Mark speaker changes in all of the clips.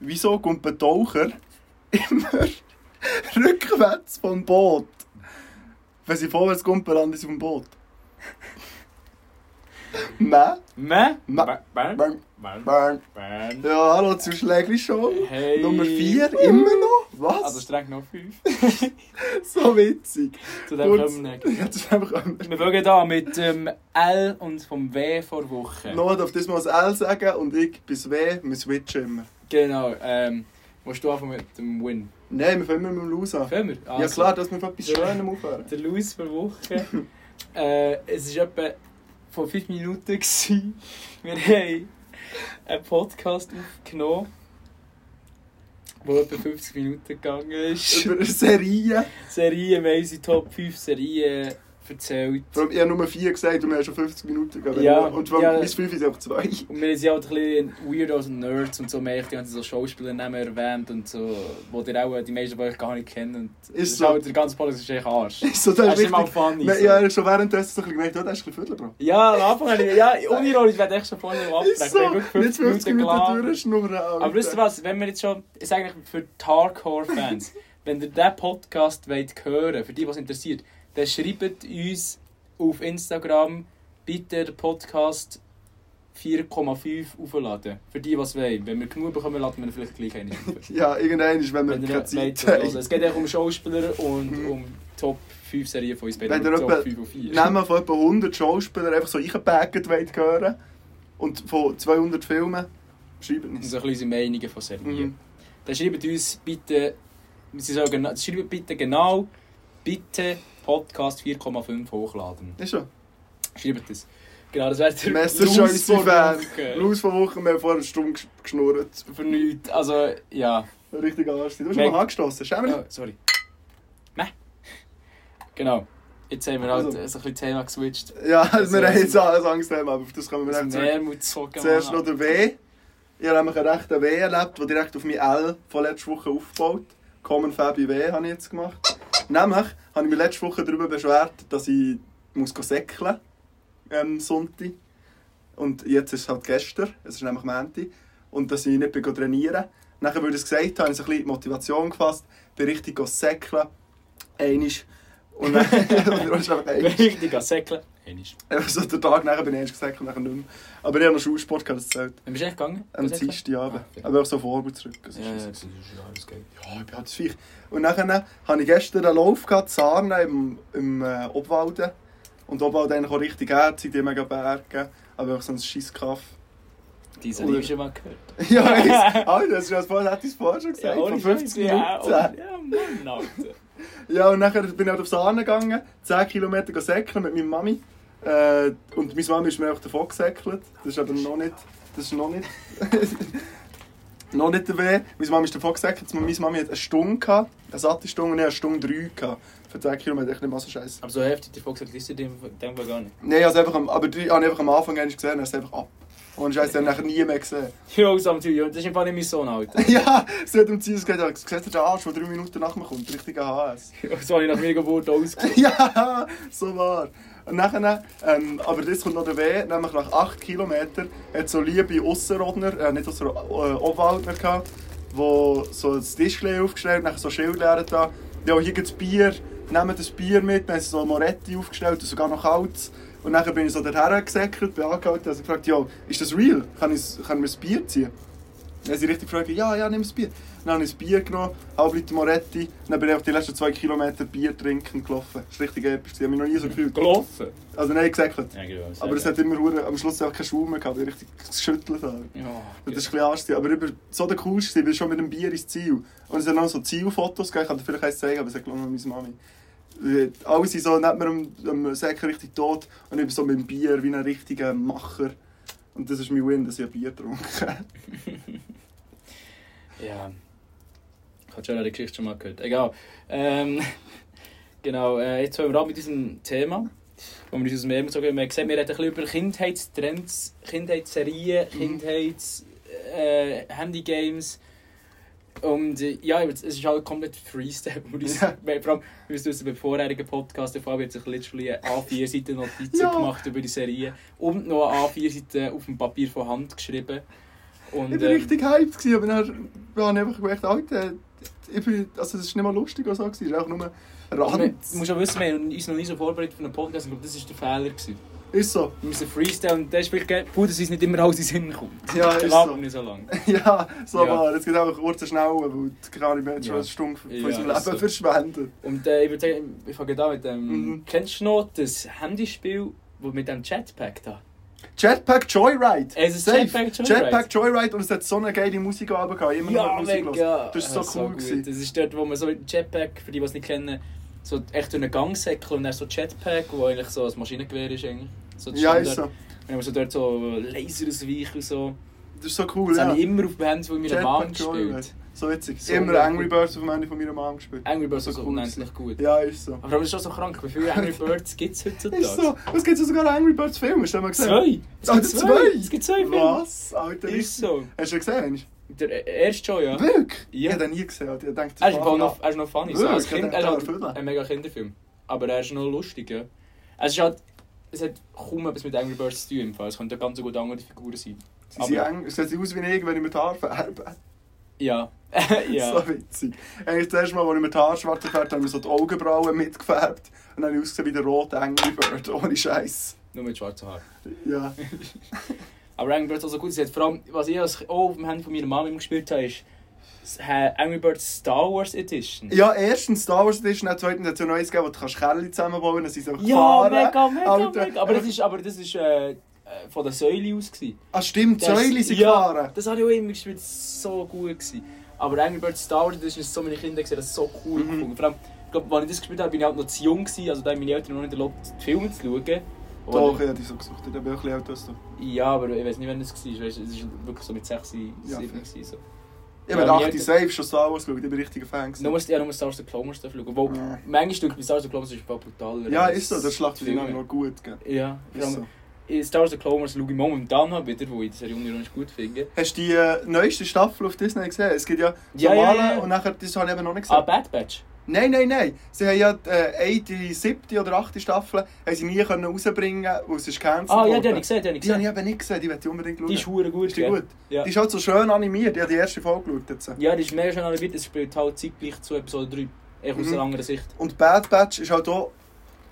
Speaker 1: wieso kommt ein Taucher immer rückwärts vom Boot? Wenn sie vorwärts kommt, landen sie vom Boot. Mä,
Speaker 2: Mä?
Speaker 1: Mä-
Speaker 2: Mä- Mä-
Speaker 1: bang,
Speaker 2: Mä-
Speaker 1: bang.
Speaker 2: Mä-
Speaker 1: Ja, hallo zur Schlägli-Show.
Speaker 2: Hey.
Speaker 1: Nummer 4, immer noch? Was?
Speaker 2: Also streng noch 5.
Speaker 1: so witzig.
Speaker 2: Zu dem
Speaker 1: Gut.
Speaker 2: kommen wir nicht.
Speaker 1: Ja, das ist einfach...
Speaker 2: Wir fangen da mit dem L und vom W vor Woche.
Speaker 1: Noah darf das mal das L sagen und ich bis W, wir switchen immer.
Speaker 2: Genau. Ähm, musst du anfangen mit dem Win?
Speaker 1: Nein, wir fangen immer mit dem Lose an.
Speaker 2: Können wir?
Speaker 1: Ja
Speaker 2: Also,
Speaker 1: klar, dass wir auf etwas Schönes aufhören.
Speaker 2: Der Lose vor Woche. äh, es war etwa vor 5 Minuten. Gewesen. Wir haben einen Podcast aufgenommen, der etwa 50 Minuten gegangen ist.
Speaker 1: Über Serien.
Speaker 2: Serien, wir haben unsere Top eh, 5 Serien erzählt.
Speaker 1: Vor allem, ich habe nur 4 gesagt und wir haben schon 50 Minuten gegeben.
Speaker 2: Ja,
Speaker 1: Und vor allem,
Speaker 2: ja.
Speaker 1: bis 5 ist einfach 2.
Speaker 2: Und wir sind halt ein bisschen Weirdos und Nerds und so, wir haben die ganzen so Schauspielernamen erwähnt und so, wo ihr auch die meisten von euch gar nicht kennt. Und das
Speaker 1: so.
Speaker 2: Halt, der ganze Podcast ist echt Arsch.
Speaker 1: So, das
Speaker 2: Das
Speaker 1: ist
Speaker 2: ist immer
Speaker 1: richtig...
Speaker 2: funny.
Speaker 1: Wir-
Speaker 2: so.
Speaker 1: Ja, ich habe schon währenddessen so ein bisschen gemerkt, ja, das ist ein bisschen Viertel, Bro.
Speaker 2: Ja, am Anfang habe ich, ja, unironisch werde ich schon vorne am Abfragen.
Speaker 1: Ist so, nicht 50 Minuten durchschnurren, Alter.
Speaker 2: Aber wisst ihr was, wenn wir jetzt schon, ich sage eigentlich für die Hardcore-Fans, wenn ihr diesen Podcast wollt hören, für die, was interessiert, dann schreibt uns auf Instagram, bitte den Podcast 4,5 aufladen. Für die, was wollen. Wenn wir genug bekommen, laden wir vielleicht gleich einen auf.
Speaker 1: Ja, irgendwann ist, wenn wir
Speaker 2: Wenn ihr
Speaker 1: keine
Speaker 2: wollt,
Speaker 1: Zeit
Speaker 2: also,
Speaker 1: haben.
Speaker 2: Es geht eigentlich um Schauspieler und
Speaker 1: Mhm.
Speaker 2: um Top 5 Serien von uns beiden.
Speaker 1: Wenn ihr
Speaker 2: Top
Speaker 1: etwa-
Speaker 2: 5 und 4.
Speaker 1: Namen von etwa 100 Schauspielern einfach so reingepackt wollt hören und von 200 Filmen, schreibt
Speaker 2: Und
Speaker 1: uns.
Speaker 2: so ein bisschen unsere Meinungen von Serien.
Speaker 1: Mhm.
Speaker 2: Dann schreibt uns bitte, sie sagen, gena- schreibt bitte genau, bitte Podcast 4,5 hochladen.
Speaker 1: Ist schon.
Speaker 2: Schreibt das. Genau, das wäre der
Speaker 1: Messer
Speaker 2: Lose
Speaker 1: schon unsere
Speaker 2: vor
Speaker 1: Fan.
Speaker 2: Woche.
Speaker 1: Los von Wochen, wir haben vor einer Stunde ges- geschnurrt.
Speaker 2: Für nichts. Also, ja.
Speaker 1: Richtig Arsch. Du hast
Speaker 2: Weg.
Speaker 1: mal angestoßen, schämen
Speaker 2: Oh, sorry. Nein. Genau. Jetzt haben wir halt
Speaker 1: Also.
Speaker 2: äh, so ein bisschen Thema geswitcht.
Speaker 1: Ja, also wir
Speaker 2: Das
Speaker 1: haben
Speaker 2: ist-
Speaker 1: jetzt alles Angst haben, aber auf das kommen wir
Speaker 2: Das
Speaker 1: dann
Speaker 2: ist
Speaker 1: zurück.
Speaker 2: mehr Mut so
Speaker 1: Zuerst noch der W. Ich habe nämlich einen rechten W erlebt, der direkt auf mein L von letzter Woche aufbaut. Common Fabi W habe ich jetzt gemacht. Nämlich habe ich mich letzte Woche darüber beschwert, dass ich muss go säckeln am Sonntag. Und jetzt ist es halt gestern, es ist nämlich Montag. Und dass ich nicht bin go trainieren Nachher, weil ich es gesagt habe, habe ich so ein bisschen die Motivation gefasst, bin richtig go säckeln. Einisch. Und dann... und dann ist einfach einisch.
Speaker 2: Richtig, an Säckeln. Einisch.
Speaker 1: Also den Tag nachher bin ich erst gesagt und nachher nicht mehr. Aber ich habe noch Schulsport gehabt, das zählt.
Speaker 2: Wann bist du echt gegangen?
Speaker 1: Am
Speaker 2: Säckeln?
Speaker 1: Dienstagabend.
Speaker 2: Ah, okay.
Speaker 1: Aber auch so vor und zurück. Also
Speaker 2: Ja, ja,
Speaker 1: ja,
Speaker 2: das ist ja alles geil.
Speaker 1: ja, ich bin halt das Viech. Und nachher hatte ich gestern einen Lauf gehabt, in Sarne im, im äh, Obwalden. Und Obwalden eigentlich auch richtig herzig, die haben mega Berge. Aber auch so ein scheiß Kaff.
Speaker 2: Diese
Speaker 1: Oder-
Speaker 2: habe ich schon mal gehört.
Speaker 1: ja, ich, Alter, das ist ja vorher, hätte ich es vorher schon gesagt.
Speaker 2: Ja,
Speaker 1: vor
Speaker 2: ohne
Speaker 1: 50
Speaker 2: Scheiß, ja,
Speaker 1: Minuten.
Speaker 2: ohne- Ja, Mann, Alter.
Speaker 1: Ja, und nachher bin ich halt auf Sahne gegangen, 10 Kilometer go säckeln mit meiner Mami. Äh, und meine Mami ist mir auch davon gesäckelt. Das ist aber noch nicht. Das ist noch nicht. noch nicht der Weh. Meine Mami ist davon gesäckelt. Meine Mami hat eine Stunde gehabt, eine satte Stunde und ich hatte eine Stunde drei gehabt. Für 10 Kilometer echt nicht mal so scheiße.
Speaker 2: Aber so heftig, der Fox hat Liste, den den wir gar nicht.
Speaker 1: Nein, also einfach, am- aber die habe ich einfach am Anfang eigentlich gesehen, dann ist es einfach ab. Und scheiße, dann nachher nie mehr gesehen.
Speaker 2: Yo, Sam Tio, das ist einfach nicht mein Sohn, Alter.
Speaker 1: ja, sie hat um am Ziel gesagt, ich gesehen, der Arsch, der drei Minuten nach mir kommt. Richtig HS.
Speaker 2: So habe ich nach meiner Geburt ausgesehen.
Speaker 1: ja, so wahr. Und nachher, ähm, aber das kommt noch der Weh, nämlich nach 8 Kilometern hat so liebe Ausserrodner, äh, nicht Ausser, äh, Obwaldner gehabt, wo so das Tischchen aufgestellt, nachher so Schildlehren da. Ja, hier gibt's Bier, nehmen das Bier mit, dann haben sie so Moretti aufgestellt, sogar noch kaltes. Und nachher bin ich so dorthin gesäckert, bin angehalten, also gefragt, ja, ist das real? Kann ich, kann mir das Bier ziehen? Dann haben sie richtig gefragt, ja, ja, nimm das Bier. Dann habe ich das Bier genommen, halb Liter Moretti, dann bin ich auf die letzten zwei Kilometer Bier trinken gelaufen. Das war richtig episch, ich habe mich noch nie so gefühlt.
Speaker 2: Gelaufen?
Speaker 1: Also nein, gesäckelt.
Speaker 2: Ja, genau.
Speaker 1: Aber es hat immer hure- am Schluss auch keinen Schwung mehr gehabt, ich hab richtig geschüttelt. habe.
Speaker 2: Ja, genau.
Speaker 1: Das ist ein bisschen arsch, gewesen, aber über so der coolste, ich bin schon mit dem Bier ins Ziel. Und es hat noch so Zielfotos gegeben, ich kann dir vielleicht eins zeigen, aber es hat gelangt meine Mami. Äh, Alle sind so neben mir am, am Säcker richtig tot und ich bin so mit dem Bier wie ein richtiger Macher. Und das ist mein Win, dass ich ein Bier trinke.
Speaker 2: ja. Ich habe schon die Geschichte schon mal gehört. Egal. Ähm, genau, äh, jetzt hören wir an mit diesem Thema. Wo wir uns aus dem Leben gezogen haben. Wir haben gesehen, wir reden ein bisschen über Kindheitstrends, Kindheitsserien,
Speaker 1: Mhm.
Speaker 2: Kindheits... Äh, Handygames. Und äh, ja, es ist halt komplett Freestyle. wo uns-
Speaker 1: Ja.
Speaker 2: weil Vor allem, wir haben uns beim vorherigen Podcast, der Fabi hat sich literally eine A4-Seiten-Notizen
Speaker 1: Ja.
Speaker 2: gemacht über die Serie. Und noch eine A4-Seiten auf dem Papier von Hand geschrieben. Und,
Speaker 1: Ich war
Speaker 2: ähm,
Speaker 1: richtig hyped, gewesen, aber dann ich habe einfach gemerkt, Alter, ich bin, also es war nicht mal lustig oder so, es war einfach nur
Speaker 2: Wir-
Speaker 1: Rand.
Speaker 2: Du musst auch wissen, wir haben uns noch nie so vorbereitet für einen Podcast. Ich glaube, das war der Fehler. Gewesen.
Speaker 1: Ist so.
Speaker 2: Wir müssen freestyle und das ist vielleicht geil, Puh, dass uns nicht immer alles in den Sinn kommt.
Speaker 1: Ja, ist
Speaker 2: Wir
Speaker 1: so.
Speaker 2: labern nicht so lange.
Speaker 1: Ja, so
Speaker 2: Ja.
Speaker 1: war. Jetzt geht einfach kurz und schnell, weil die gerade Menschen
Speaker 2: Ja.
Speaker 1: schon eine Stunde von
Speaker 2: Ja,
Speaker 1: unserem Leben
Speaker 2: ist so.
Speaker 1: verschwenden.
Speaker 2: Und äh, ich würde sagen, ich fange da mit dem...
Speaker 1: Mhm.
Speaker 2: Kennst du noch das Handyspiel wo mit dem Jetpack da?
Speaker 1: Jetpack Joyride!
Speaker 2: Es ist
Speaker 1: Safe.
Speaker 2: Jetpack Joyride.
Speaker 1: Jetpack Joyride und es hat so eine geile Musik abgegeben. Ich habe immer noch
Speaker 2: Ja,
Speaker 1: Musik gehört.
Speaker 2: mega!
Speaker 1: Das ist so
Speaker 2: Äh,
Speaker 1: cool
Speaker 2: gut.
Speaker 1: gewesen.
Speaker 2: Das ist dort, wo man so mit dem Jetpack, für die, die es nicht kennen, so echt durch einen Gang säckelt und dann so Jetpack, wo eigentlich so ein Maschinengewehr ist eigentlich. So das
Speaker 1: Ja, ist
Speaker 2: Standard.
Speaker 1: so.
Speaker 2: Wenn man so dort so Laser ausweichen und so.
Speaker 1: Das ist so cool,
Speaker 2: Das
Speaker 1: ja.
Speaker 2: habe ich immer auf dem Handy, wo ich mit meiner Mom
Speaker 1: Jetpack Joyride.
Speaker 2: gespielt
Speaker 1: So witzig.
Speaker 2: So
Speaker 1: immer
Speaker 2: gut.
Speaker 1: Angry Birds auf dem Ende von meiner Mom gespielt.
Speaker 2: Angry Birds
Speaker 1: So
Speaker 2: ist so
Speaker 1: cool
Speaker 2: unendlich gut.
Speaker 1: Ja, ist so.
Speaker 2: Aber das ist schon so krank, wie viele Angry Birds gibt es heutzutage?
Speaker 1: Ist so. Es gibt ja sogar einen Angry Birds Film, hast du den mal gesehen?
Speaker 2: Zwei! Es
Speaker 1: Alter,
Speaker 2: gibt zwei!
Speaker 1: zwei?
Speaker 2: Es gibt zwei Filme!
Speaker 1: Was? Alter,
Speaker 2: Ist so.
Speaker 1: Hast du ihn gesehen?
Speaker 2: Der e- erste schon, ja.
Speaker 1: Wirklich?
Speaker 2: Ja.
Speaker 1: Ich habe den nie gesehen. Alter. Ich dachte, das
Speaker 2: Er ist,
Speaker 1: war
Speaker 2: voll
Speaker 1: ja.
Speaker 2: noch, er ist noch funny. So,
Speaker 1: Wirklich?
Speaker 2: als kind,
Speaker 1: Ich
Speaker 2: er ist
Speaker 1: dachte,
Speaker 2: halt
Speaker 1: er
Speaker 2: ein mega Kinderfilm. Aber er ist noch lustig, ja. Es ist halt... Es hat kaum etwas mit Angry Birds zu tun, im Fall. Es könnten ganz so gut andere Figuren sein.
Speaker 1: Sie sehen
Speaker 2: Aber-
Speaker 1: eng- sie sehen aus wie ich, wenn ich mir die Haare färbe.
Speaker 2: Ja. ja.
Speaker 1: So witzig. Eigentlich das erste Mal, als ich mir die Haare schwarz gefärbt habe, habe ich mir so die Augenbrauen mitgefärbt. Und dann habe ich ausgesehen wie der rote Angry Bird, ohne Scheiß.
Speaker 2: Nur mit schwarzen Haaren.
Speaker 1: Ja.
Speaker 2: Aber Angry Birds ist auch gut. Sie hat vor allem, was ich als, auch auf dem Handy von meiner Mama immer gespielt habe, ist das äh, Angry Birds Star Wars Edition.
Speaker 1: Ja, erstens Star Wars Edition, dann zweitens hat es ja Neues gegeben, wo du kannst Kerle zusammenbauen kannst. Ja,
Speaker 2: Ja, mega, mega,
Speaker 1: Alter.
Speaker 2: mega. Aber das ist, aber das ist äh, äh, von der Säule aus. Gewesen.
Speaker 1: Ah, stimmt, die
Speaker 2: Das-
Speaker 1: Säule sind
Speaker 2: ja,
Speaker 1: gefahren.
Speaker 2: Das habe ich auch immer gespielt, das ist so gut. Gewesen. Aber Angry Birds Star Wars, das ist so meine Kinder gesehen, das ist so cool
Speaker 1: Mhm.
Speaker 2: gefunden. Vor allem, ich glaube, als ich das gespielt habe, bin ich halt noch zu jung gewesen, also da haben meine Eltern noch nicht erlaubt, die Filme zu schauen. Und-
Speaker 1: Doch, ich habe dich so gesucht. Ich bin ein bisschen älter als du.
Speaker 2: Ja, aber ich weiß nicht, wann das war. Weißt, du, es war wirklich so mit 6, 7
Speaker 1: Ja,
Speaker 2: gewesen. So.
Speaker 1: Ich
Speaker 2: Ja,
Speaker 1: bin
Speaker 2: mir-
Speaker 1: 8 safe schon Star Wars geschaut, ich bin ein richtiger Fan. gewesen.
Speaker 2: Nur, musst- ja, nur Star Wars The Clone Wars schauen. Obwohl,
Speaker 1: Ja.
Speaker 2: manchmal denke ich, bei Star Wars The Clone Wars ist es brutal.
Speaker 1: Ja, ist so, der Schlacht für
Speaker 2: die
Speaker 1: die noch gut. Gell?
Speaker 2: Ja, vor
Speaker 1: Ist
Speaker 2: allem,
Speaker 1: so.
Speaker 2: in Star Wars The Clone Wars schaue ich momentan noch wieder, wo ich die Serie unironisch gut finde.
Speaker 1: Hast du die äh, neueste Staffel auf Disney gesehen? Es gibt ja
Speaker 2: Ja,
Speaker 1: ja,
Speaker 2: ja,
Speaker 1: normale
Speaker 2: ja.
Speaker 1: und nachher, das habe ich eben noch nicht gesehen.
Speaker 2: Ah, Bad Batch.
Speaker 1: Nein, nein, nein. Sie haben ja die, äh, eine, siebte oder achte Staffel haben sie nie können rausbringen weil es ist gecancelt
Speaker 2: Ah, ja,
Speaker 1: worden.
Speaker 2: die habe ich gesehen, die habe ich
Speaker 1: Die habe ich
Speaker 2: gesehen.
Speaker 1: eben nicht gesehen, die möchte ich unbedingt schauen.
Speaker 2: Die ist hure gut.
Speaker 1: Ist die
Speaker 2: ja.
Speaker 1: gut?
Speaker 2: Ja.
Speaker 1: Die ist halt so schön animiert, ich habe die erste Folge geschaut. Jetzt.
Speaker 2: Ja, die ist mega schön animiert, es spielt halt zeitgleich zu Episode 3. Echt aus
Speaker 1: Mhm.
Speaker 2: einer anderen Sicht.
Speaker 1: Und Bad Batch ist halt auch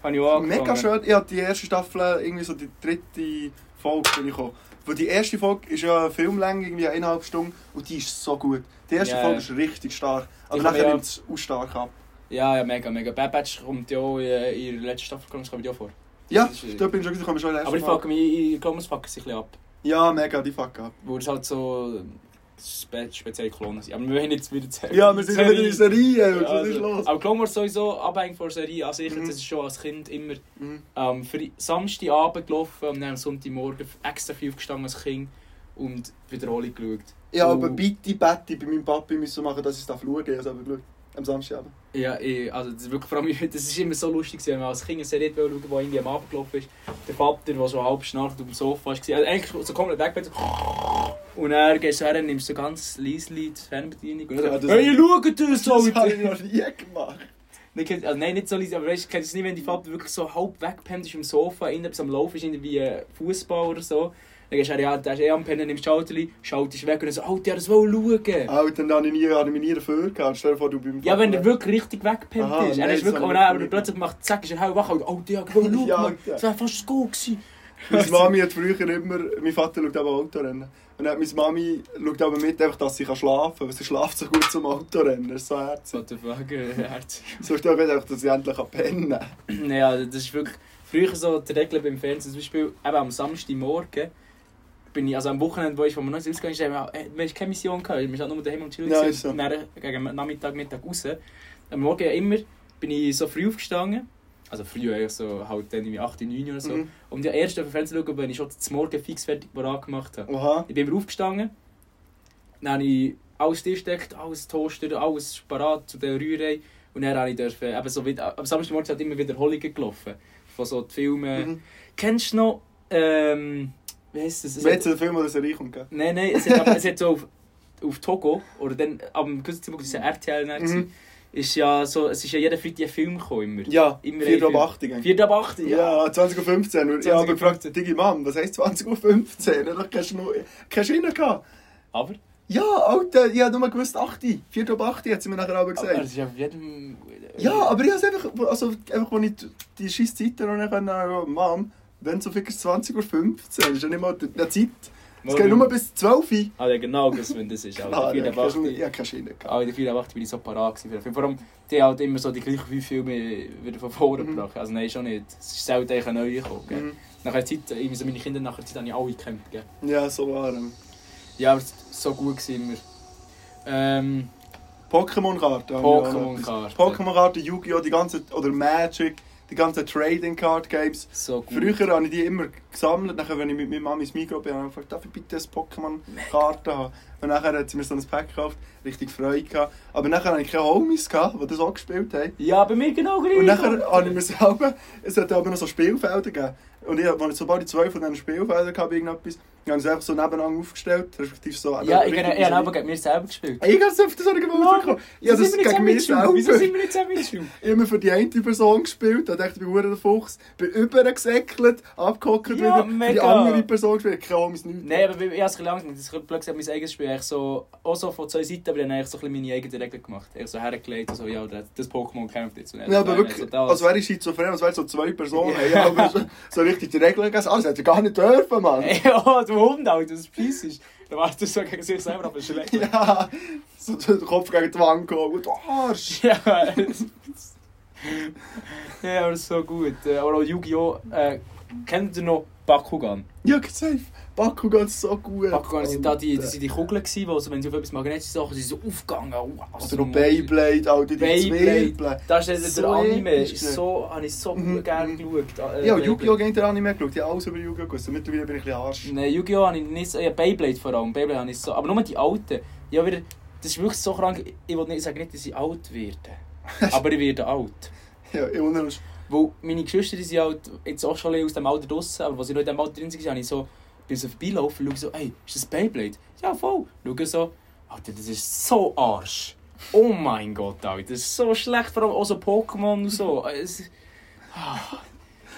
Speaker 2: Habe ich auch angefangen.
Speaker 1: mega schön. Ich habe die erste Staffel, irgendwie so die dritte Folge bin ich gekommen. Weil die erste Folge ist ja Filmlänge, irgendwie eineinhalb Stunden, und die ist so gut. Die erste
Speaker 2: Ja,
Speaker 1: Folge
Speaker 2: ja.
Speaker 1: ist richtig stark,
Speaker 2: Die
Speaker 1: aber
Speaker 2: kann
Speaker 1: nachher
Speaker 2: man ja-
Speaker 1: nimmt es auch stark ab.
Speaker 2: Ja, ja, mega, mega. Bad Batch kommt ja auch in in der letzten Staffel, glaube ich, kommt ja auch vor.
Speaker 1: Ja,
Speaker 2: Das ist-
Speaker 1: da bin ich schon gesagt, ich schon in der ersten
Speaker 2: Aber ich
Speaker 1: Folge.
Speaker 2: fuck mich, ich ich glaube, es fuckt sich ein bisschen ab.
Speaker 1: Ja, mega, die fuck ab.
Speaker 2: Wo es halt so äh, spe spezielle Klonen sind. Aber wir wollen jetzt wieder zu
Speaker 1: Ja, wir sind wieder in der Serie, Jungs, was ist
Speaker 2: Also,
Speaker 1: los?
Speaker 2: Aber Clone Wars sowieso, abhängig von der Serie an sich,
Speaker 1: Mhm.
Speaker 2: das ist schon als Kind immer
Speaker 1: Mhm.
Speaker 2: ähm, für Samstagabend gelaufen und dann am Sonntagmorgen extra viel aufgestanden als Kind und Wiederholung geschaut.
Speaker 1: Ja,
Speaker 2: Oh.
Speaker 1: aber bitte, bitte, bei meinem Papi müssen wir machen, dass ich es schauen darf. Also, aber Glück. Am Samstagabend.
Speaker 2: Ja, ich, also das ist wirklich vor allem, das ist immer so lustig, gewesen, wenn man als Kind eine Serie schauen wollte, die irgendwie am Abend gelaufen ist. Der Vater, der so halb schnarcht auf dem Sofa war, also eigentlich so komplett weg, so und er geht so her und nimmt so ganz leise die Fernbedienung und
Speaker 1: Ja,
Speaker 2: dann so,
Speaker 1: das-
Speaker 2: «Hey, schaut das,
Speaker 1: Das habe ich
Speaker 2: Alter!»
Speaker 1: noch nie gemacht.
Speaker 2: Nein, kennt- also nein, nicht so leise, aber weißt du, kennst du es nicht, wenn die Vater wirklich so halb wegpennt ist im Sofa, irgendwas am Laufen ist, irgendwie äh, Fußball oder so. Dann gehst du her, ja, der ist eh am Pennen, nimmst Schalterli, schaltest weg und dann so, «Alter, das wollte schauen!»
Speaker 1: Alter, dann habe ich, nie- habe ich mich nie dafür gehabt. Stell dir vor, du beim
Speaker 2: Ja, wenn er wirklich richtig weggepennt
Speaker 1: Aha,
Speaker 2: ist. Er
Speaker 1: nein,
Speaker 2: ist
Speaker 1: das
Speaker 2: wirklich,
Speaker 1: hab
Speaker 2: oh
Speaker 1: ich
Speaker 2: nein, aber
Speaker 1: nicht.
Speaker 2: plötzlich macht zack, ist er hell wach und oh, die hat gewonnen,
Speaker 1: Ja,
Speaker 2: Mann,
Speaker 1: ja.
Speaker 2: das wäre fast gut gewesen.
Speaker 1: Meine Mami hat früher immer... Mein Vater schaut aber Autorennen. Und dann hat meine Mami schaut aber mit, einfach, dass sie kann schlafen kann. Weil sie schlaft so gut zum Autorennen. Das ist so herzig.
Speaker 2: What the fuck, äh, Herz.
Speaker 1: So schaut aber einfach, dass sie endlich kann pennen kann.
Speaker 2: ja, das ist wirklich früher so die Regel beim Fernsehen. Zum Beispiel eben am Samstagmorgen bin ich, also am Wochenende, wo ich von mir noch ausgegangen bin, haben wir- äh, wir hatten keine Mission, gehabt. wir waren nur daheim am Chillen.
Speaker 1: Ja,
Speaker 2: gewesen.
Speaker 1: ist so.
Speaker 2: Und Dann äh, gegen Nachmittag, Mittag raus. Am Morgen immer bin ich so früh aufgestanden. Also früh, eigentlich so halt dann irgendwie 8, 9 oder so.
Speaker 1: Mhm.
Speaker 2: Um die erst auf den Fernseher zu schauen, wenn ich schon zum Morgen fix fertig parat gemacht habe.
Speaker 1: Oha.
Speaker 2: Ich bin immer aufgestanden. Dann habe ich alles gesteckt, alles Toaster, alles parat zu der Rührei. Und dann habe ich dürfen, eben so wieder, am Samstagmorgen sind halt immer Wiederholungen gelaufen. Von so den Filmen.
Speaker 1: Mhm.
Speaker 2: Kennst du noch, ähm, wie heisst das? Es
Speaker 1: Wenn jetzt
Speaker 2: hat,
Speaker 1: ein Film oder Serie kommt, gell?
Speaker 2: nein, nein, es hat, aber, es hat so auf, auf Togo, oder dann, am gewissen Zeitpunkt, das war ja RTL, dann gewesen,
Speaker 1: Mhm.
Speaker 2: ist ja so, es ist ja jeder Freitag ein Film gekommen, immer.
Speaker 1: Ja,
Speaker 2: Immer
Speaker 1: 4
Speaker 2: ein
Speaker 1: Uhr
Speaker 2: Film.
Speaker 1: 8 eigentlich.
Speaker 2: Vier ab acht, ja.
Speaker 1: Ja, 20.15 Uhr. Ich habe gefragt, Digi Mann, was heisst 20.15 Uhr? Hast du noch keine Schiene gehabt?
Speaker 2: Aber,
Speaker 1: Ja, Alter, ich habe nur gewusst 8. 4 ab 8 hat sie mir nachher aber gesagt.
Speaker 2: Aber es ist auf jedem...
Speaker 1: Ja,
Speaker 2: Ähm.
Speaker 1: aber ich habe einfach, also einfach, als ich die scheiß Zeiten noch nicht konnte, also, Mann, wenn so viel ist 20.15 Uhr, ist ja nicht mal die die Zeit. Es geht nur bis 12 Uhr.
Speaker 2: Ah, ja, genau, das, wenn das ist. Alter,
Speaker 1: Klar,
Speaker 2: vier
Speaker 1: ja,
Speaker 2: ab acht.
Speaker 1: ich habe keine Schiene gehabt.
Speaker 2: Auch Ah, in der 4 8 bin ich so parat gewesen. für den Film. Vor allem, die haben halt immer so die gleichen fünf Filme wieder von vorne
Speaker 1: Mhm.
Speaker 2: gebracht. Also nein, schon nicht. Es ist selten eigentlich ein neuer gekommen. gell.
Speaker 1: Mhm.
Speaker 2: Nachher die Zeit, irgendwie so meine Kinder nachher die Zeit habe ich alle gekämpft. Gell?
Speaker 1: Ja, so warm.
Speaker 2: Ja, aber es war so gut gewesen immer. Ähm,
Speaker 1: Pokémon-Karten. haben wir auch noch etwas.
Speaker 2: Pokémon-Karten.
Speaker 1: Pokémon-Karten, Yu-Gi-Oh! die ganze, oder Magic, die ganzen Trading-Card-Games.
Speaker 2: so gut.
Speaker 1: Früher habe ich die immer gesammelt, nachher, wenn ich mit meiner Mami ins Migros bin, habe ich gefragt, darf ich bitte ein Pokémon-Karte haben? Und nachher hat sie mir so ein Pack gekauft, richtig Freude gehabt. Aber nachher hatte ich keine Homies, gehabt, die das auch gespielt haben.
Speaker 2: Ja, bei mir genau gleich.
Speaker 1: Und nachher habe ich mir selber, es hat aber noch so Spielfelder gegeben. Und ich, als ich sobald ich zwei von diesen Spielfeldern hatte, irgendetwas, dann habe ich es einfach so nebeneinander aufgestellt, respektive so.
Speaker 2: Ja, ich, ich, ich,
Speaker 1: richtig-
Speaker 2: habe aber gegen mir selber gespielt.
Speaker 1: Ich habe es auf das so bekommen. Ich habe das gegen mich selber.
Speaker 2: Wieso sind wir nicht zusammen in
Speaker 1: immer für die eine Person gespielt, da dachte ich, ich bin verdammt der Fuchs, bin übergesäckelt, abgehockt
Speaker 2: Ja,
Speaker 1: wieder, für die
Speaker 2: mega.
Speaker 1: andere Person gespielt, keine Ahnung, nichts.
Speaker 2: Nein, aber ich habe es langsam. Das ist blöd gesagt, mein eigenes Spiel eigentlich so, auch so von zwei Seiten, aber dann habe ich so ein bisschen meine eigenen Regeln gemacht. Ich so hergelegt und so, ja, das das Pokémon kämpft jetzt. Und dann
Speaker 1: Ja, aber
Speaker 2: so,
Speaker 1: wirklich,
Speaker 2: das.
Speaker 1: als wäre ich schizophren, als wären so zwei Personen,
Speaker 2: Ja.
Speaker 1: hey, aber so, so richtig die Regeln gegessen. Ah, das hätte ich gar nicht dürfen, Mann.
Speaker 2: Ey, oh, du Hund, Alter, das Preis ist. Da warst du so gegen sich selber, aber schlecht.
Speaker 1: Ja, so den Kopf gegen die Wand gehauen, und ah, du Arsch.
Speaker 2: Ja, ja, aber so gut. Äh, Aber auch Yu-Gi-Oh! Äh, kennt ihr noch Bakugan?
Speaker 1: Ja, safe. Bakugan ist so gut.
Speaker 2: Bakugan sind da die, das sind die Kugeln, die, also, wenn sie auf etwas magnetisch Sachen sind, so aufgegangen. Oh, Wow,
Speaker 1: Oder noch Beyblade, Alter, die
Speaker 2: Beyblade. Äh,
Speaker 1: Zweiblade.
Speaker 2: Das ist der,
Speaker 1: So
Speaker 2: der Anime,
Speaker 1: episch
Speaker 2: ist
Speaker 1: gewesen.
Speaker 2: so, habe ich so
Speaker 1: Mhm.
Speaker 2: gerne geschaut. Äh,
Speaker 1: Ja,
Speaker 2: Beyblade.
Speaker 1: Yu-Gi-Oh! gegen den Anime geschaut, ich habe alles über Yu-Gi-Oh! gewusst, mittlerweile bin ich ein bisschen Arsch.
Speaker 2: Nein, Yu-Gi-Oh! habe ich nicht so. Ja, Beyblade vor allem. Beyblade habe ich so. Aber nur die alten. Ja, wieder, das ist wirklich so krank. Ich will nicht sagen, nicht, dass ich alt werde. aber ich werde alt.
Speaker 1: Ja, ich wundere mich.
Speaker 2: Weil meine Geschwister die sind halt jetzt auch schon ein bisschen aus dem Alter draussen, aber als ich noch in dem Alter drin war, habe ich so, bin so vorbeilaufen und schaue so, ey, ist das Beyblade? Ja, voll. Schaue so, Alter, das ist so Arsch. Oh mein Gott, Alter, das ist so schlecht, vor allem auch so Pokémon und so. Es, ah,